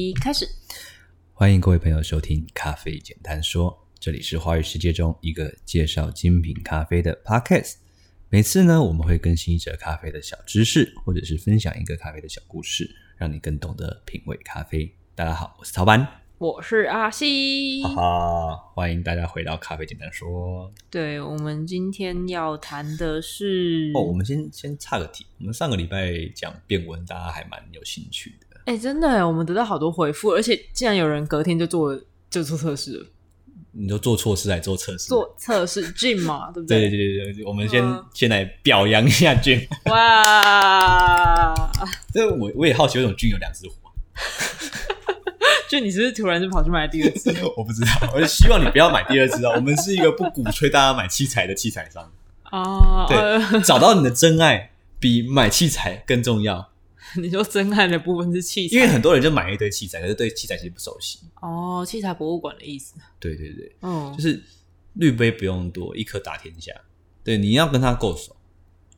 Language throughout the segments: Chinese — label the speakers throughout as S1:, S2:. S1: 一开始，
S2: 欢迎各位朋友收听《咖啡简单说》，这里是华语世界中一个介绍精品咖啡的 podcast。每次呢，我们会更新一则咖啡的小知识，或者是分享一个咖啡的小故事，让你更懂得品味咖啡。大家好，我是曹班，
S1: 我是阿西
S2: 哈。哈，欢迎大家回到《咖啡简单说》。
S1: 对，我们今天要谈的是，
S2: 哦，我们先先岔个题，我们上个礼拜讲变文，大家还蛮有兴趣的。
S1: 哎、真的耶，我们得到好多回复，而且竟然有人隔天就做了就做测试了，
S2: 你就做错事还做测试？
S1: 做测试 Jim 嘛，对不对？
S2: 对对对对对，我们先、
S1: 嗯
S2: 先来表扬一下君。
S1: 哇，
S2: 这我我也好奇，为什么君有两只火？ 啊
S1: 就你是不是突然就跑去买第 二次
S2: 我不知道，我是希望你不要买第二只啊！我们是一个不鼓吹大家买器材的器材商，
S1: 啊？
S2: 对
S1: 呃
S2: 找到你的真爱比买器材更重要。
S1: 你说真爱的部分是器材，
S2: 因为很多人就买一堆器材，可是对器材其实不熟悉。
S1: 哦，器材博物馆的意思，
S2: 对对对，
S1: 嗯，
S2: 就是滤杯不用多，一颗打天下。对，你要跟它够熟。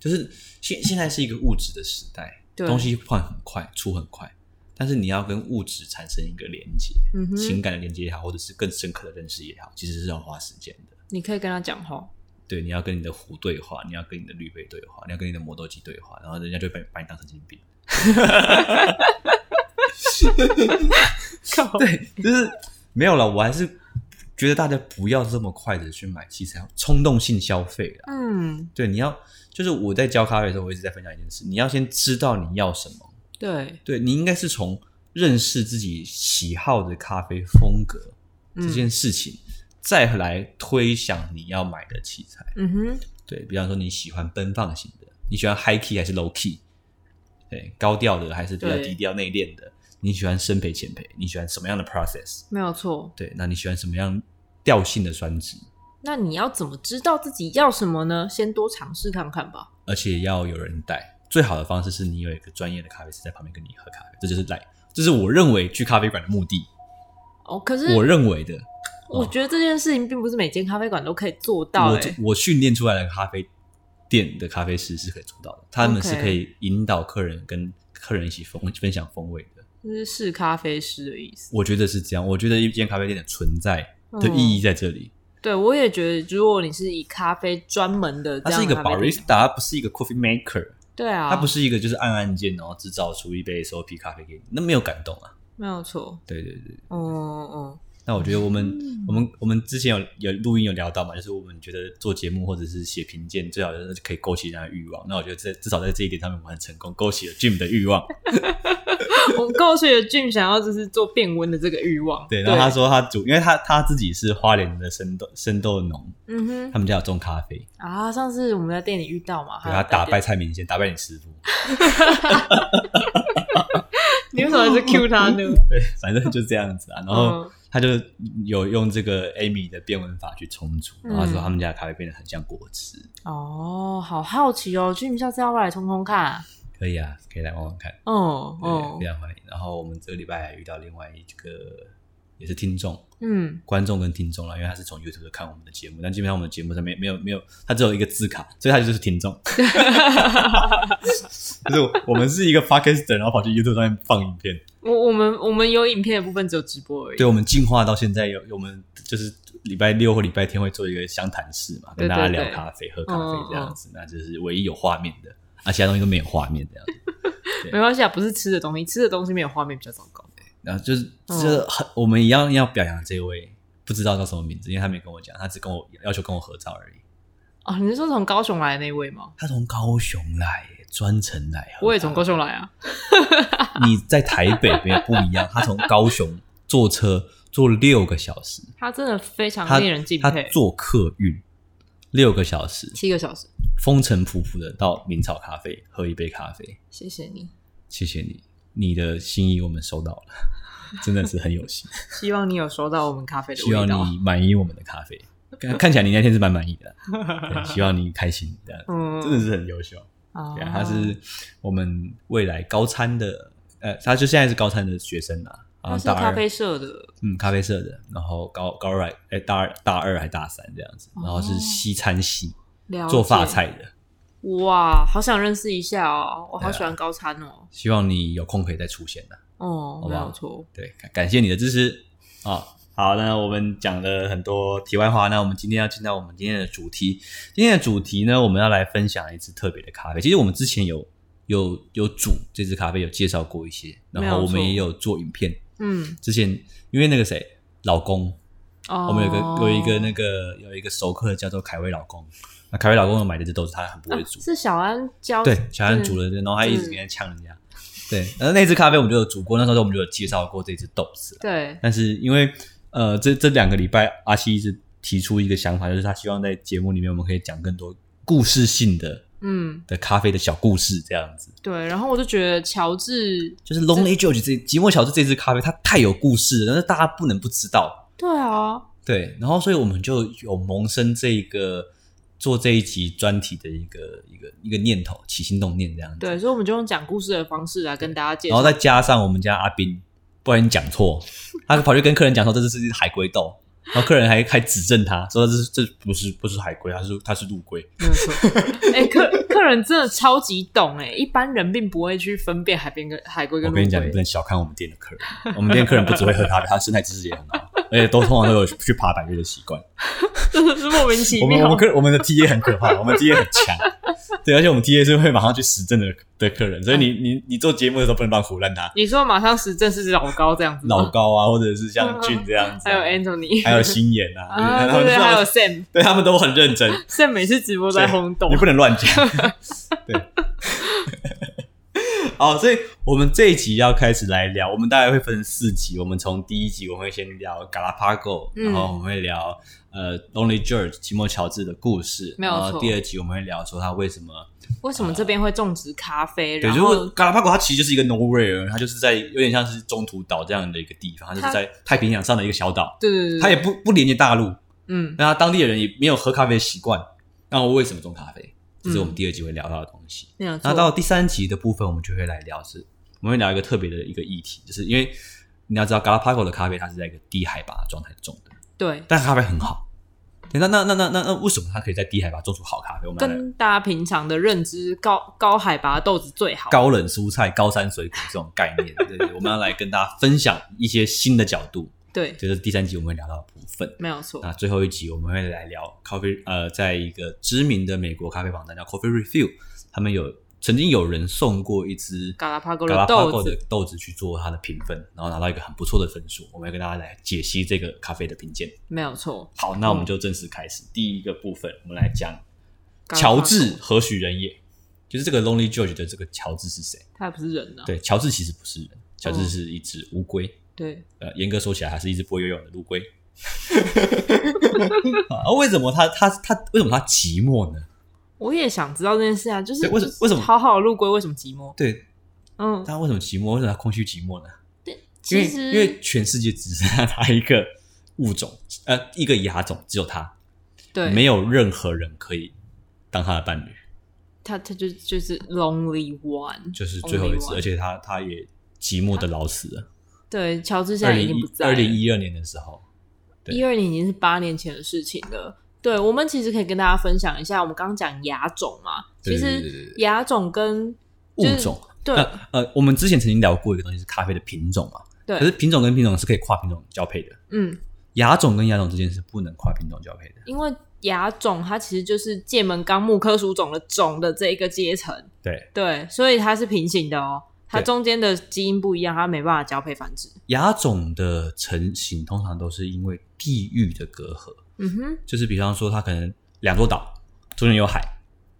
S2: 就是现现在是一个物质的时代，
S1: 对
S2: 东，西换很快，出很快，但是你要跟物质产生一个连接，
S1: 嗯
S2: 情
S1: 哼，
S2: 感的连接也好，或者是更深刻的认识也好，其实是要花时间的。
S1: 你可以跟他讲 话，
S2: 对，你要跟你的壶对话，你要跟你的滤杯对话，你要跟你的磨豆机对话，然后人家就会把你把你当神经病。
S1: 靠
S2: 对，就是没有了。我还是觉得大家不要这么快的去买器材，冲动性消费啦。
S1: 嗯，
S2: 对，你要就是我在教咖啡的时候，我一直在分享一件事，你要先知道你要什么。
S1: 对，
S2: 对你应该是从认识自己喜好的咖啡风格
S1: 嗯
S2: 这件事情，再来推想你要买的器材。
S1: 嗯哼，
S2: 对比方说你喜欢奔放型的，你喜欢 high key 还是 low key？对，高调的还是比较
S1: 对
S2: 低调内敛的？你喜欢深培浅培？你喜欢什么样的 process？
S1: 没有错，
S2: 对，那你喜欢什么样调性的酸质？
S1: 那你要怎么知道自己要什么呢？先多尝试看看吧。
S2: 而且要有人带。最好的方式是你有一个专业的咖啡师在旁边跟你喝咖啡，这就是来，这是我认为去咖啡馆的目的。
S1: 哦，可是
S2: 我认为的，
S1: 我觉得这件事情并不是每间咖啡馆都可以做到、
S2: 我
S1: 欸。
S2: 我训练出来的咖啡店的咖啡师是可以做到的，他们是
S1: OK
S2: 可以引导客人跟客人一起风分享风味的。
S1: 这是试咖啡师的意思。
S2: 我觉得是这样，我觉得一间咖啡店的存在的
S1: 嗯
S2: 意义在这里，
S1: 对，我也觉得，如果你是以咖啡专门的
S2: 它
S1: 这样
S2: 是一
S1: 的
S2: 个
S1: 咖啡店
S2: barista，它不是一个 coffee maker，
S1: 对啊，
S2: 它不是一个就是按按键然后制造出一杯 SOP 咖啡给你，那没有感动啊。
S1: 没有错。
S2: 对对对，
S1: 嗯嗯
S2: 那我觉得我们、
S1: 嗯
S2: 我们我们之前有有录音有聊到嘛，就是我们觉得做节目或者是写评鉴，最好就是可以勾起人家的欲望。那我觉得在至少在这一点上面，我们很成功，勾起了 Jim 的 欲望。
S1: 嗯，我过去的 Jim 想要就是做变温的这个欲望。
S2: 对，然后他说他主，因为他他自己是花莲的生豆生豆农，
S1: 嗯哼
S2: 他们家有种咖啡，
S1: 啊，上次我们在店里遇到嘛，
S2: 对
S1: 有
S2: 他打
S1: 啊店
S2: 败蔡明先，打败你师傅。
S1: 你为什么 还是 Q 他呢？
S2: 对，反正就这样子啊。然后
S1: 嗯
S2: 他就有用这个 Amy 的变文法去冲煮，
S1: 嗯
S2: 然后他说他们家的咖啡变得很像果汁。
S1: 哦，好好奇哦，Jim 下次要不要来冲冲看？
S2: 可以啊，可以来玩玩看，
S1: 哦
S2: 对，
S1: 哦
S2: 非，常欢迎。然后我们这个礼拜还遇到另外一个也是听众。
S1: 嗯，
S2: 观众跟听众啦，因为他是从 YouTube 看我们的节目，但基本上我们的节目上面没有没有，他只有一个字卡，所以他就是 听众。 就是我我们是一个 podcaster，然后跑去 YouTube 上面放影片，
S1: 我我们我们有影片的部分只有直播而已。
S2: 对我们进化到现在有有我们就是礼拜六或礼拜天会做一个相谈室嘛，
S1: 对
S2: 跟大家
S1: 对
S2: 聊
S1: 对嗯
S2: 咖啡、喝咖啡这样子，那就是唯一有画面的，啊，其他东西都没有画面这样子。
S1: 没关系啊，不是吃的东西，吃的东西没有画面比较糟糕。
S2: 然后就是
S1: 嗯
S2: 这很，我们一样要表扬这位，不知道叫什么名字，因为他没跟我讲，他只跟我要求跟我合照而已。
S1: 哦，你是说从高雄来的那位吗？
S2: 他从高雄来，专程来。
S1: 我也从高雄来啊。
S2: 你在台北没有不一样，他从高雄坐车坐六个小时，
S1: 他真的非常
S2: 他
S1: 令人敬
S2: 他
S1: 佩，
S2: 坐客运六个小时，
S1: 七个小时，
S2: 风尘仆仆的到明草咖啡喝一杯咖啡，
S1: 谢谢你。
S2: 谢谢你，你的心意我们收到了， 真的是很有 心，
S1: 希望你有收到我们咖啡的
S2: 希望
S1: 味道。
S2: 你满意我们的咖啡。看看起来你那天是蛮满意 的，对希望你开心，这样
S1: 嗯，
S2: 真的是很优秀。
S1: 啊
S2: 对啊，他是我们未来高参的，呃，他就现在是高参的学生啦，
S1: 哦
S2: 然
S1: 他
S2: 后
S1: 是
S2: 大
S1: 咖
S2: 二，
S1: 啡社的，
S2: 嗯，咖啡社的，然后高高二，哎，大二大二还大三这样子，然后是西餐系
S1: 哦了解
S2: 做法。菜的，啊
S1: 哇，好想认识一下哦，我好喜欢高餐哦。
S2: 希望你有空可以再出现啦。
S1: 哦
S2: 好，不
S1: 没
S2: 好
S1: 有错，
S2: 对，感感谢你的支持啊、好，那我们讲了很多题外话，那我们今天要进到我们今天的主题。今天的主题呢，我们要来分享一支特别的咖啡。其实我们之前有有有煮这支咖啡，有介绍过一些，然后我
S1: 没
S2: 们
S1: 有错
S2: 也有做影片。
S1: 嗯，
S2: 之前因为那个谁，老公，
S1: 哦，
S2: 我们有个有一个那个有一个熟客叫做凯威老公，那凯威老公有买的这豆子，他很不会
S1: 啊
S2: 煮，
S1: 是小安教
S2: 对，小安
S1: 对
S2: 煮了，然后他一直
S1: 嗯
S2: 跟人家呛人家。对，然后那支咖啡我们就有煮过，那时候我们就有介绍过这支豆子。
S1: 对，
S2: 但是因为呃，这这两个礼拜，阿西一直提出一个想法，就是他希望在节目里面我们可以讲更多故事性的
S1: 嗯
S2: 的咖啡的小故事，这样子。
S1: 对，然后我就觉得乔治，
S2: 就是 Lonely George 这寂寞乔治这支咖啡，它太有故事了，但是大家不能不知道。
S1: 对啊，
S2: 对，然后所以我们就有萌生这一个做这一集专题的一个一个一个念头，起心动念这样子。
S1: 对，所以我们就用讲故事的方式来跟大家介
S2: 然
S1: 绍
S2: 后。再加上我们家阿斌，不然你讲错，他跑去跟客人讲说这是是海龟豆，然后客人还还指正他说这是这不是不是海龟，他是他是陆龟。
S1: 没有错。哎、客客人真的超级懂哎、一般人并不会去分辨海边跟海龟跟
S2: 我
S1: 陆龟。
S2: 跟你讲，你不能小看我们店的客人，我们店客人不只会喝咖啡，他生态知识也很好，而且都通常都有去爬百越的习惯。
S1: 真 的是莫名其
S2: 我们我
S1: 妙
S2: 们。客我们的 T A 很可怕，我们 T A 很强，对，而且我们 T A 是会马上去实证的的客人，所以
S1: 嗯
S2: 你你你做节目的时候不能乱胡乱他，
S1: 你说马上实证是老高这样子吗，
S2: 老高啊，或者是像俊这样子
S1: 嗯还
S2: 啊、
S1: 有 Anthony，
S2: 还有心眼啊，
S1: 啊，
S2: 然后
S1: 对对，
S2: 他们
S1: 还有 Sam，Sam
S2: 对他们都很认真，
S1: 每次直播在
S2: 对
S1: 轰动
S2: 你。不能乱讲。 对，好，所以我们这一集要开始来聊，我们大概会分四集。我们从第一集我们会先聊 Galapago，、
S1: 嗯
S2: 然后我们会聊呃 Lonely George 寂寞乔治的故事，
S1: 没有
S2: 然后
S1: 错
S2: 第二集我们会聊说他为什么
S1: 为什么这边会种植咖啡？
S2: 对，
S1: 然
S2: 如果
S1: 后
S2: Galapago 它其实就是一个 nowhere，它就是在有点像是中途岛这样的一个地方，它就是
S1: 它
S2: 在太平洋上的一个小岛，
S1: 对对对，
S2: 它也不不连接大陆，
S1: 嗯
S2: 那当地的人也没有喝咖啡的习惯，那我为什么种咖啡？这是
S1: 嗯
S2: 我们第二集会聊到的东西。
S1: 没有错。
S2: 那到第三集的部分，我们就会来聊是，我们会聊一个特别的一个议题，就是因为你要知道 Galapago 的咖啡它是在一个低海拔的状态种的，
S1: 对，
S2: 但咖啡很好。对那那那那那那为什么它可以在低海拔种出好咖啡？我们要来
S1: 跟大家平常的认知，高高海拔豆子最好。
S2: 高冷蔬菜、高山水果这种概念，对对，我们要来跟大家分享一些新的角度，
S1: 对，
S2: 这就是第三集我们会聊到的部分。
S1: 没有错。
S2: 那最后一集我们会来聊咖啡，呃，在一个知名的美国咖啡网站叫 Coffee Review，他们有曾经有人送过一支
S1: 嘎拉帕
S2: 格
S1: 戈的
S2: 拉帕
S1: 豆
S2: 狗
S1: 子
S2: 的豆子去做它的评分，然后拿到一个很不错的分数。我们要跟大家来解析这个咖啡的评鉴。
S1: 没有错。
S2: 好，那我们就正式开始、第一个部分，我们来讲
S1: 嘎拉帕
S2: 乔
S1: 戈
S2: 治何许人也，就是这个 Lonely George 的这个乔治是谁？
S1: 他也不是人啊。
S2: 对，乔治其实不是人，乔治
S1: 哦
S2: 是一只乌龟。
S1: 对，
S2: 呃，严格说起来，还是一只不会游泳的陆龟。啊，为什么他他他为什么他寂寞呢？
S1: 我也想知道这件事啊，就是
S2: 对为什
S1: 就是
S2: 为什么
S1: 好好的陆龟为什么寂寞？
S2: 对
S1: 嗯，
S2: 他为什么寂寞？为什么他空虚寂寞呢？因
S1: 其
S2: 为
S1: 实
S2: 因为全世界只剩下他一个物种，呃，一个亚种，只有他，
S1: 对，
S2: 没
S1: 有
S2: 有任何人可以当他的伴侣，
S1: 他，他就就是 lonely one，
S2: 就是最后一
S1: Only
S2: 次，
S1: one
S2: 而且他他也寂寞的老死了。
S1: 对，乔治现
S2: 二
S1: 在已
S2: 零
S1: 经
S2: 一
S1: 不在了，
S2: 二零一二年的时候，对
S1: 一二年已经是八年前的事情了。对，我们其实可以跟大家分享一下，我们刚刚讲牙种嘛，
S2: 对
S1: 其
S2: 对对对
S1: 实
S2: 对
S1: 牙种跟
S2: 物
S1: 就是
S2: 种
S1: 对
S2: 那呃，我们之前曾经聊过一个东西是咖啡的品种嘛，可是
S1: 对，
S2: 品种跟品种是可以跨品种交配的。
S1: 嗯，
S2: 亚种跟亚种之间是不能跨品种交配的。
S1: 因为牙种它其实就是界门纲目科属种的种的这一个阶层，
S2: 对，
S1: 对，所以它是平行的哦，它
S2: 对
S1: 中间的基因不一样，它没办法交配繁殖。
S2: 亚种的成型通常都是因为地域的隔阂，
S1: 嗯哼，
S2: 就是比方说它可能两座岛中间有海，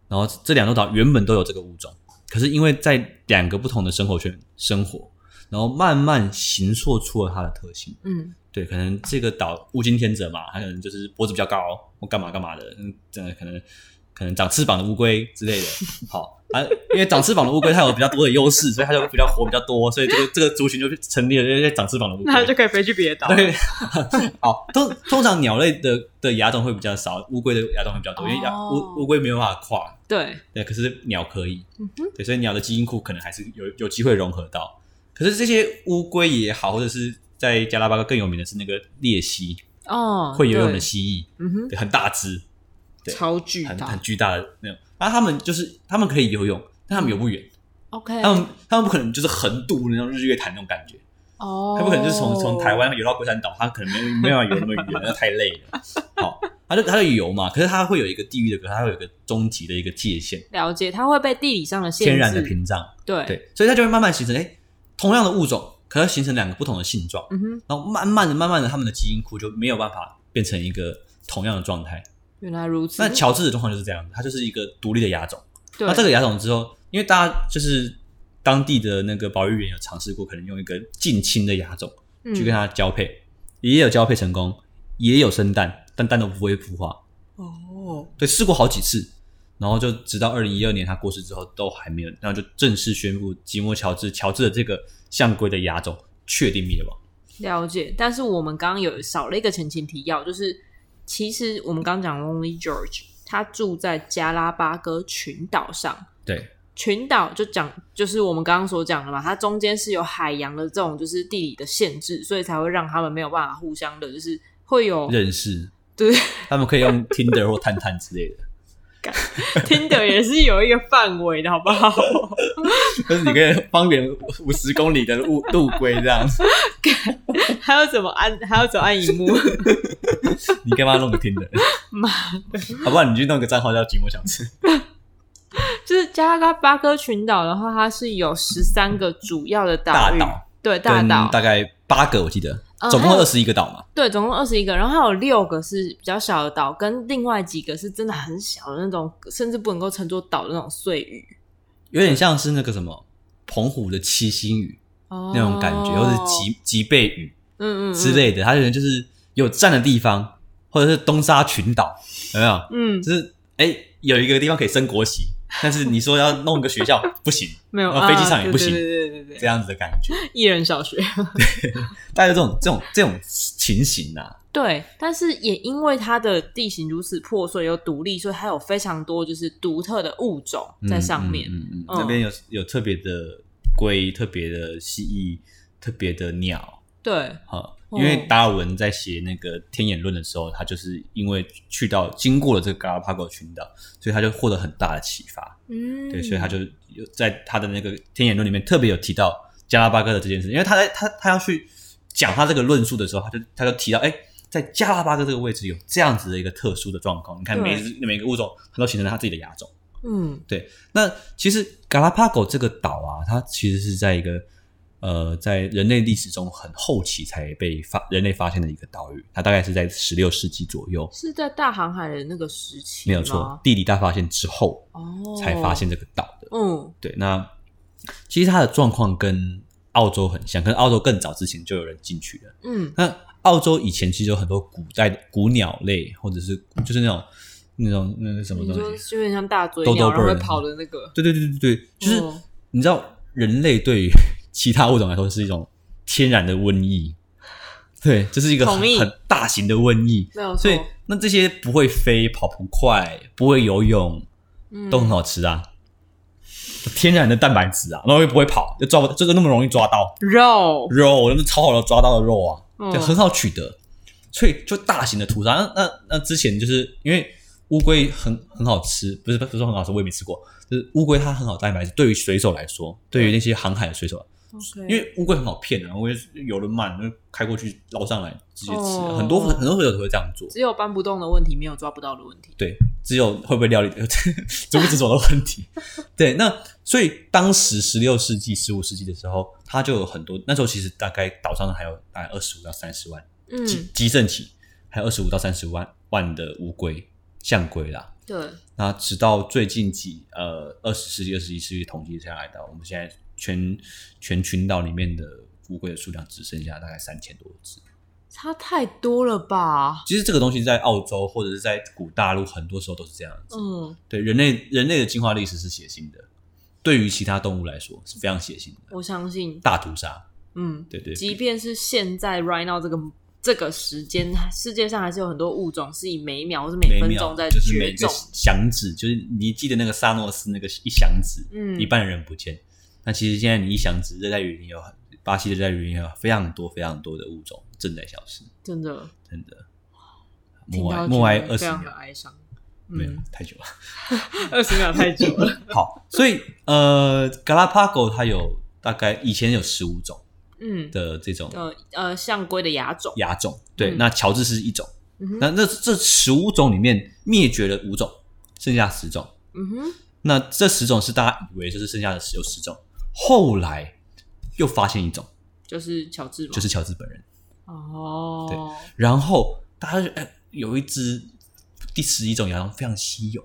S2: 然后这两座岛原本都有这个物种，可是因为在两个不同的生活圈生活，然后慢慢形塑出了它的特性。
S1: 嗯，
S2: 对，可能这个岛物竞天择嘛，它可能就是脖子比较高或干嘛干嘛的，嗯，真的可能可能长翅膀的乌龟之类的。好啊，因为长翅膀的乌龟它有比较多的优势，所以它就比较活比较多，所以这个这个族群就成立了这些长翅膀的乌
S1: 那它就
S2: 龟。
S1: 可以飞去别的岛。
S2: 对，好，通通常鸟类的的亚种会比较少，乌龟的亚种会比较多，因为亚
S1: 哦
S2: 乌乌龟没有办法跨，
S1: 对，
S2: 对，可是鸟可以，
S1: 嗯哼
S2: 对，所以鸟的基因库可能还是有有机会融合到。可是这些乌龟也好，或者是在加拉巴哥更有名的是那个鬣蜥，
S1: 哦，
S2: 会游泳的
S1: 对
S2: 蜥蜴，
S1: 嗯哼，
S2: 对，很大只，对
S1: 超巨
S2: 很
S1: 大
S2: 很，巨大的那种。啊，他们就是他们可以游泳，但他们游不远，
S1: OK，
S2: 他们他们不可能就是横渡那种日月潭那种感觉，
S1: 哦，
S2: 他不可能就是从从台湾游到龟山岛，他可能没有没有办法游那么远，那太累了。好，他就他就游嘛，可是他会有一个地域的隔，他会有一个终极的一个界限，
S1: 了解，它会被地理上的限制，
S2: 天然的屏障。
S1: 对，
S2: 对，所以它就会慢慢形成，哎，同样的物种，可是形成两个不同的性状，
S1: 嗯哼，
S2: 然后慢慢的、慢慢的，他们的基因库就没有办法变成一个同样的状态。
S1: 原来如此。
S2: 那乔治的状况就是这样子，它就是一个独立的亚种。
S1: 对
S2: 那这个亚种之后，因为大家就是当地的那个保育员有尝试过，可能用一个近亲的亚种去跟
S1: 嗯
S2: 它交配，也有交配成功，也有生蛋，但蛋都不会孵化。
S1: 哦，
S2: 对，试过好几次，然后就直到二零一二年他过世之后都还没有，然后就正式宣布吉姆乔治乔治的这个象龟的亚种确定灭亡。
S1: 了解。但是我们刚刚有少了一个前情提要，就是其实我们刚讲 Lonely George，他住在加拉巴哥群岛上。
S2: 对，
S1: 群岛就讲，就是我们刚刚所讲的嘛，它中间是有海洋的这种就是地理的限制，所以才会让他们没有办法互相的，就是会有
S2: 认识
S1: 对
S2: 他们可以用 Tinder 或探探之类的，
S1: Tinder 也是有一个范围的，好不好？
S2: 就是你可以方圆五十公里的陆陆龟这样子，
S1: 还要怎么按，还要怎么按荧幕？
S2: 你干嘛弄个 Tinder？
S1: 妈
S2: 好不好？你去弄个账号叫吉姆乔治。
S1: 就是加拉巴哥群岛的话，它是有十三个主要的岛屿，
S2: 大岛
S1: 对大岛
S2: 跟，大概八个我记得，
S1: 嗯
S2: 总
S1: 还
S2: 共
S1: 有
S2: 二十一个岛嘛。
S1: 对，总共二十一个，然后还有六个是比较小的岛，跟另外几个是真的很小的那种，甚至不能够称作岛的那种碎鱼。
S2: 有点像是那个什么澎湖的七星屿
S1: 哦
S2: 那种感觉，或是吉吉贝屿
S1: 嗯嗯嗯
S2: 之，类的，它可能就是有站的地方，或者是东沙群岛，有没有？
S1: 嗯，
S2: 就是哎、有一个地方可以升国旗，但是你说要弄个学校不行，
S1: 没有
S2: 然后飞机上
S1: 啊
S2: 也不行
S1: 对对对对
S2: 这
S1: 对，
S2: 样子的感觉，
S1: 艺人小学。
S2: 大概这种这种这种情形啊，
S1: 对，但是也因为它的地形如此破碎又独立，所以它有非常多就是独特的物种在
S2: 嗯
S1: 上面。
S2: 嗯嗯嗯
S1: 嗯
S2: 那边有有特别的龟、特别的蜥蜴、特别的鸟。
S1: 对，
S2: 啊，
S1: 哦
S2: 因为达尔文在写那个《天演论》的时候，他就是因为去到经过了这个嘎拉帕戈群岛，所以他就获得很大的启发。
S1: 嗯，
S2: 对，所以他就有在他的那个《天演论》里面特别有提到加拉巴哥的这件事，因为他在他他要去讲他这个论述的时候，他就他就提到，哎、在加拉巴哥这个位置有这样子的一个特殊的状况，你看每一只每个物种它都形成了它自己的亚种。
S1: 嗯
S2: 那其实嘎拉帕狗这个岛啊，它其实是在一个呃，在人类历史中很后期才被发人类发现的一个岛屿，它大概是在十六世纪左右，
S1: 是在大航海的那个时期，
S2: 没有错，，地理大发现之后
S1: 哦，
S2: 才发，现这个岛的。
S1: 嗯，
S2: 对，那其实它的状况跟澳洲很像，可是澳洲更早之前就有人进去了。
S1: 嗯
S2: 那澳洲以前其实有很多古代的古鸟类，或者是就是那种那种那个什么
S1: 你
S2: 东
S1: 说
S2: 西，
S1: 就有点像大嘴
S2: 豆
S1: 鸟，
S2: 豆
S1: 然后会
S2: bird
S1: 跑的那个，
S2: 对对对对对，就是、
S1: 哦
S2: 你知道人类对于 其他物种来说是一种天然的瘟疫，对，这是一个很
S1: 同意哦
S2: 很大型的瘟疫。
S1: 没有
S2: 所
S1: 错
S2: 以，那这些不会飞、跑不快、不会游泳，
S1: 嗯
S2: 都很好吃啊，天然的蛋白质啊，然后又不会跑，又抓不，就是那么容易抓到
S1: 肉，
S2: 肉，那超好的抓到的肉啊，
S1: 嗯
S2: 对，很好取得，所以就大型的屠杀。那那那之前就是因为乌龟很很好吃，不是不是说很好吃，我也没吃过，就是乌龟它很好蛋白质，对于水手来说，对于那些航海的水手，
S1: 嗯
S2: 因为乌龟很好骗啊，乌龟游的慢，就开过去捞上来直接吃，
S1: 哦
S2: 很多很多水手都会这样做。
S1: 只有搬不动的问题，没有抓不到的问题。
S2: 对，只有会不会料理 执不执着的问题。对，那所以当时十六世纪、十五世纪的时候，它就有很多。那时候其实大概岛上还有大概二十五到三十万
S1: 嗯，
S2: 基基盛期，还有二十五到三十万万的乌龟、象龟啦。
S1: 对，
S2: 那直到最近几呃二十世纪、二十一世纪统计下来的，我们现在全全群岛里面的乌龟的数量只剩下大概三千多只。
S1: 差太多了吧？
S2: 其实这个东西在澳洲或者是在古大陆，很多时候都是这样子。
S1: 嗯，
S2: 对人类人类的进化历史是血腥的，对于其他动物来说是非常血腥的，
S1: 我相信，
S2: 大屠杀。
S1: 嗯，
S2: 对对，
S1: 即便是现在 right now 这个这个时间，世界上还是有很多物种是以每秒或是每
S2: 每
S1: 分
S2: 秒
S1: 钟在
S2: 就是每
S1: 绝
S2: 个
S1: 种。
S2: 响指，就是你记得那个萨诺斯那个一响指，
S1: 嗯
S2: 一半人不见。那其实现在你一响指，热带雨林有很巴西的热带雨林有非常多非常多的物种正在消失，
S1: 真的，
S2: 真的。
S1: 听
S2: 默哀
S1: 到
S2: 默哀
S1: 觉得非
S2: 二十
S1: 常的
S2: 秒，
S1: 哀伤。嗯
S2: 没有太久了。
S1: 二十秒太久 了。
S2: 好，所以呃，Galapago 它有大概以前有十五种
S1: 嗯，
S2: 的这种
S1: 呃呃，象龟的牙种，
S2: 亚种，对，
S1: 嗯
S2: 那乔治是一种，
S1: 嗯哼
S2: 那那这十五种里面灭绝了五种，剩下十种。
S1: 嗯哼，
S2: 那这十种是大家以为就是剩下的十有十种，后来又发现一种，
S1: 就是乔治嘛，
S2: 就是乔治本人。
S1: 哦，
S2: 然后大家就哎、有一只第十一种亚种非常稀有，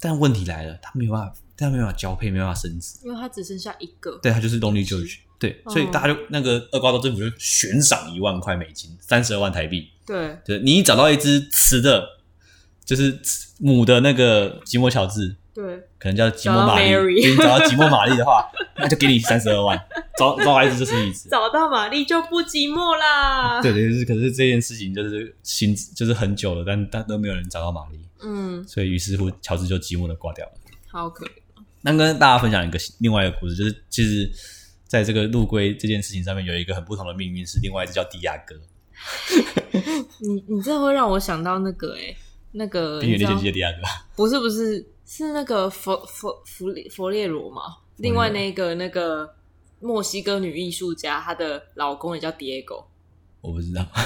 S2: 但问题来了，它没有办法，它没有办法交配，没有办法生殖，
S1: 因为它只剩下一个，
S2: 对，它就是 Lonely George。对，
S1: 哦
S2: 所以大家就那个厄瓜多政府就悬赏一万块美金，三十二万台币，
S1: 对，
S2: 就是你一找到一只雌的，就是雌母的那个吉摩乔治，
S1: 对，
S2: 可能叫吉摩玛丽，
S1: 找到 Mary
S2: 对你找到吉摩玛丽的话， 那就给你三十二万，找找来一只就是一只。
S1: 找到玛丽就不寂寞啦。
S2: 对，对，就是可是这件事情就是心就是很久了，但但都没有人找到玛丽，
S1: 嗯，
S2: 所以于是乎乔治就寂寞的挂掉了。
S1: 好可怜。
S2: 那跟大家分享一个另外一个故事，就是其实在这个陆龟这件事情上面有一个很不同的命运，是另外一只叫迪亚哥。
S1: 你你这会让我想到那个哎、那个
S2: 冰原历
S1: 你知
S2: 险
S1: 道
S2: 记的迪亚哥，
S1: 不是不是是那个佛佛弗列佛列罗嘛？另外那个那个墨西哥女艺术家，她的老公也叫 Diego，
S2: 我不知道。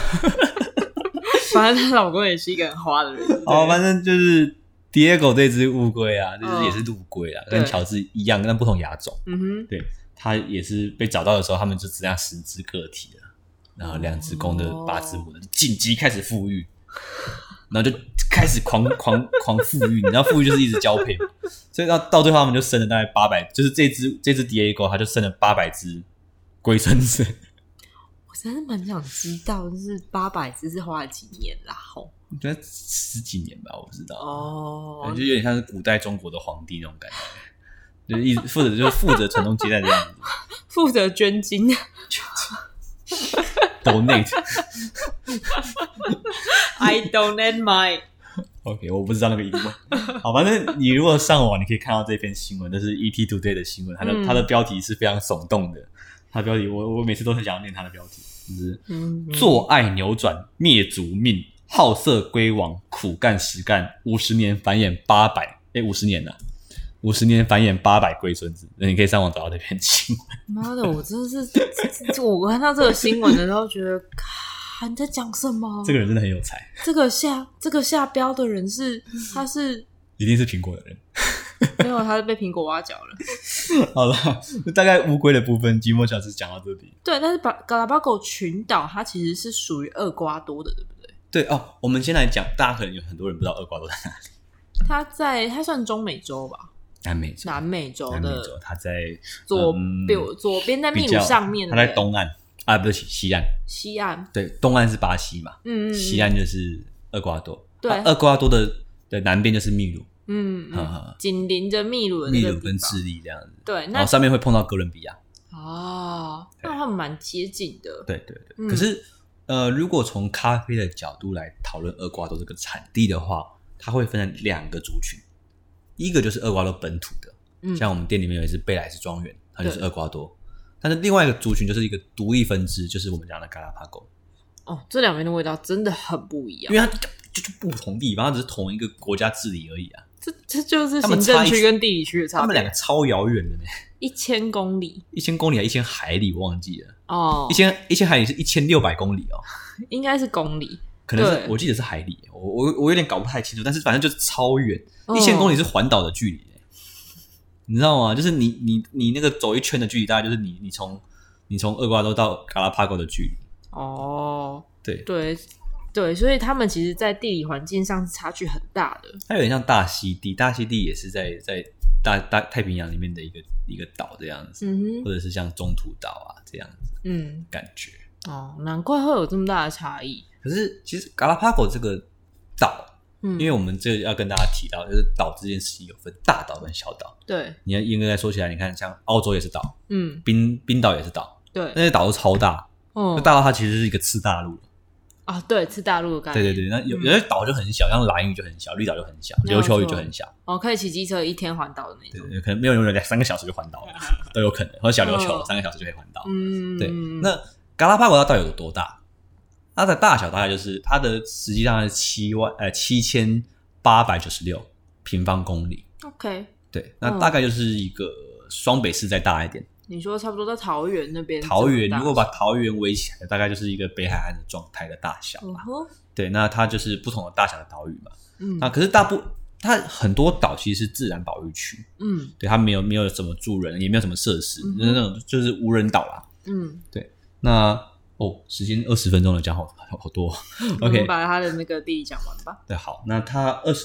S1: 反正她老公也是一个很花的人。 对不对
S2: 哦，反正就是 Diego 这只乌龟啊，就是
S1: 嗯
S2: 也是陆龟啊，
S1: 对
S2: 跟乔治一样，但不同亚种。
S1: 嗯哼，
S2: 它也是被找到的时候，他们就只剩下十只个体了，然后两只公的
S1: 哦，
S2: 八只母的，紧急开始富裕，然后就开始狂狂狂富裕，你知道富裕就是一直交配嘛，所以到到最后他们就生了大概八百，就是这只这只 Diego 它就生了八百只龟孙子，
S1: 我真的蛮想知道，就是八百只是花了几年啦？吼
S2: 我觉得十几年吧，我不知道，
S1: 哦
S2: 就有点像是古代中国的皇帝那种感觉。就是一直负责就是负责传宗接代这样子
S1: 负责捐精，
S2: ，donate。
S1: I donate my
S2: OK，我不知道那个英文。好，反正你如果上网，你可以看到这篇新闻，这是 ET Today 的新闻，它的、
S1: 嗯
S2: 它的标题是非常耸动的。它的标题，我我每次都很想要念它的标题，就是
S1: 嗯
S2: 做爱扭转灭族命，好色龟王苦干实干，五十年繁衍八百，哎，五十年呐、啊，五十年繁衍八百龟孙子。那你可以上网找到这篇新闻。
S1: 妈的，我真的是，这这我看到这个新闻的时候，觉得，看你在讲什么？
S2: 这个人真的很有才，
S1: 这个下这个下标的人是，他是
S2: 一定是苹果的人。
S1: 没有，他是被苹果挖角了。
S2: 好了，就大概乌龟的部分，寂寞小子讲到这里。
S1: 对，但是把嘎拉巴狗群岛，它其实是属于厄瓜多的，对不对？
S2: 对哦，我们先来讲，大家可能有很多人不知道厄瓜多在哪里
S1: 它在它算中美洲吧，
S2: 南美洲，
S1: 南美洲
S2: 南美洲
S1: 的，
S2: 它在
S1: 左
S2: 嗯
S1: 边左边在秘
S2: 比
S1: 鲁
S2: 较
S1: 上面，
S2: 它在
S1: 对
S2: 东岸啊，不是西岸，
S1: 西岸，
S2: 对，东岸是巴西嘛，
S1: 嗯，嗯
S2: 西，岸就是厄瓜多，
S1: 对
S2: 啊厄瓜多的的南边就是秘鲁，
S1: 嗯嗯
S2: 哈
S1: 嗯，
S2: 哈，
S1: 紧邻着秘鲁的那
S2: 秘
S1: 个
S2: 鲁
S1: 地
S2: 跟
S1: 方
S2: 智利这样子，
S1: 对，
S2: 然
S1: 那
S2: 后上面会碰到哥伦比亚，
S1: 哦，那他们蛮接近的，
S2: 对对对，
S1: 嗯
S2: 可是呃，如果从咖啡的角度来讨论厄瓜多这个产地的话，它会分成两个族群，一个就是厄瓜多本土的，
S1: 嗯
S2: 像我们店里面有一只贝莱斯庄园，它就是
S1: 对
S2: 厄瓜多。但是另外一个族群就是一个独立分支，就是我们讲的嘎拉帕狗，
S1: 哦，这两边的味道真的很不一样。
S2: 因为它就就是不同地方，它只是同一个国家治理而已啊。
S1: 这这就是
S2: 他们
S1: 行
S2: 差
S1: 政
S2: 一
S1: 区跟地理区的差别。
S2: 他们两个超遥远的呢，
S1: 一千公里
S2: 一千公里还一千海里，我忘记了，
S1: 哦
S2: 一，千一千海里是一千六百公里哦，
S1: 应该是公里。
S2: 可能是
S1: 对
S2: 我记得是海里，我我我有点搞不太清楚，但是反正就是超远，
S1: 嗯
S2: 一千公里是环岛的距离、你知道吗？就是你你你那个走一圈的距离，大概就是你你从你从厄瓜多到嘎拉帕狗的距离，
S1: 哦，
S2: 对，
S1: 对对，所以他们其实，在地理环境上是差距很大的。
S2: 它有点像大溪地，大溪地也是在在大大太平洋里面的一个一个岛这样子，
S1: 嗯哼，
S2: 或者是像中途岛啊这样子
S1: 嗯，
S2: 的感觉。
S1: 哦，难怪会有这么大的差异。
S2: 可是其实嘎拉帕狗这个岛，
S1: 嗯，
S2: 因为我们这要跟大家提到，就是岛这件事情有分大岛跟小岛。
S1: 对，
S2: 你要应该说起来，你看像澳洲也是岛，
S1: 嗯，
S2: 冰冰岛也是岛，那
S1: 对，
S2: 些岛都超大，
S1: 哦
S2: 那，大到它其实是一个次大陆。
S1: 啊，对，是大陆的概
S2: 对
S1: 念。
S2: 对对，那有
S1: 嗯
S2: 有些岛就很小，像蓝屿就很小，绿岛就很小，
S1: 没
S2: 琉
S1: 有
S2: 球屿
S1: 错
S2: 就很小，
S1: 哦，可以骑机车一天环岛的那
S2: 对
S1: 种。
S2: 对，可能没有人两三个小时就环岛了， 都有可能。或者小琉球
S1: 嗯
S2: 三个小时就可以环岛。
S1: 嗯，
S2: 对，那嘎拉帕国它到底有多大？它的大小大概就是它的实际上是七万呃七千八百九十六平方公里。
S1: OK，
S2: 对，那
S1: 嗯
S2: 大概就是一个双北市再大一点。
S1: 你说差不多在桃园那嗯边这么大，
S2: 桃园如果把桃园围起来，大概就是一个北海岸的状态的大小
S1: 嗯
S2: 吧。
S1: 哼，
S2: 对，那它就是不同的大小的岛屿嘛。
S1: 嗯
S2: 啊那可是大部它很多岛其实是自然保育区，
S1: 嗯
S2: 对，它没有没有什么住人，也没有什么设施，
S1: 嗯哼
S2: 就是那种就是无人岛啦。
S1: 嗯，
S2: 那哦，时间二十分钟了，讲好好好多哦。
S1: 嗯我们
S2: OK，
S1: 把他的那个地讲完吧。
S2: 对，好，那它二十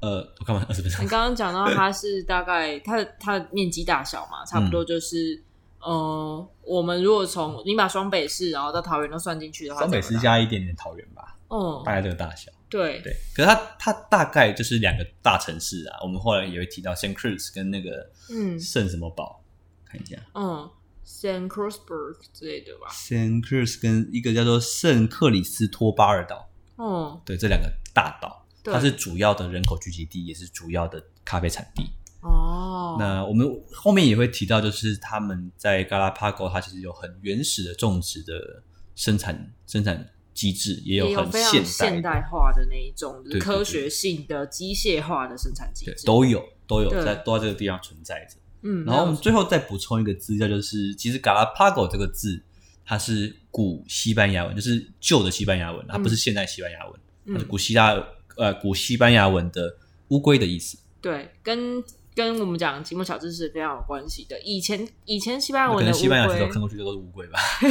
S2: 呃，我干嘛二十 分
S1: 你
S2: 钟？
S1: 刚刚讲到它是大概它的它的面积大小嘛，差不
S2: 嗯
S1: 多就是，呃，我们如果从你把双北市然后到桃园都算进去的话，
S2: 双北
S1: 怎
S2: 市
S1: 么样，
S2: 加一点点桃园吧，
S1: 嗯
S2: 大，概这个大小。
S1: 对，
S2: 对，可是它它大概就是两个大城市啊。我们后来也会提到 Saint Cruz 跟那个
S1: 嗯
S2: 圣什么堡，看一下
S1: 嗯，San Crosberg 之类的吧，
S2: Saint Cruz 跟一个叫做圣克里斯托巴尔岛，
S1: 嗯，
S2: 对，这两个大岛，
S1: 对，
S2: 它是主要的人口聚集地，也是主要的咖啡产地。
S1: 哦，
S2: 那我们后面也会提到，就是他们在 Galapagos，它其实有很原始的种植的生产生产机制，也
S1: 也有
S2: 很
S1: 非常
S2: 现代
S1: 现
S2: 的
S1: 代化的那一种，就是
S2: 对对
S1: 科
S2: 对
S1: 学性的机械化的生产机
S2: 对
S1: 制，
S2: 都有都有
S1: 对
S2: 在都在这个地方存在着。
S1: 嗯，
S2: 然后我们最后再补充一个资料，就是其实 Galapago 这个字，它是古西班牙文，就是旧的西班牙文，它不是现代西班牙文，它是
S1: 嗯，
S2: 古希腊呃古西班牙文的乌龟的意思。
S1: 对，跟跟我们讲寂寞小知识非常有关系的。以前以前西班牙
S2: 那可
S1: 文的
S2: 能
S1: 乌
S2: 西班牙人都
S1: 龟
S2: 看，过去都是乌龟吧，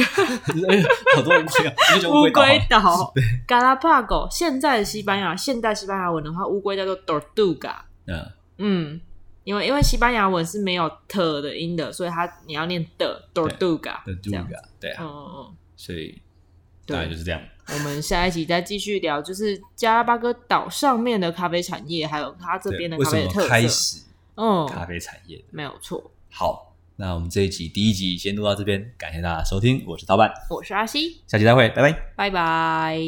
S2: 哎好多乌 龟啊，就叫乌
S1: 乌
S2: 龟岛
S1: 龟
S2: 啊。
S1: 岛 （Galapago），现在的西班牙现代西班牙文的话，乌龟叫做 Tortuga。
S2: 嗯，
S1: 嗯，因为因为西班牙文是没有特的音的，所以它你要念的 Tortuga
S2: 的
S1: 这样子。
S2: Duga，对
S1: 嗯
S2: 啊，
S1: 嗯嗯。
S2: 所以
S1: 对
S2: 大概就是这样。
S1: 我们下一集再继续聊，就是加拉巴哥岛上面的咖啡产业，还有它这
S2: 对
S1: 边的
S2: 为
S1: 咖
S2: 什
S1: 啡的
S2: 么
S1: 特
S2: 开
S1: 色。
S2: 始
S1: 嗯，
S2: 咖啡产业的？
S1: 没有错。
S2: 好，那我们这一集第一集先录到这边，感谢大家收听，我是陶板，
S1: 我是阿西，
S2: 下期再会，拜拜。
S1: 拜拜。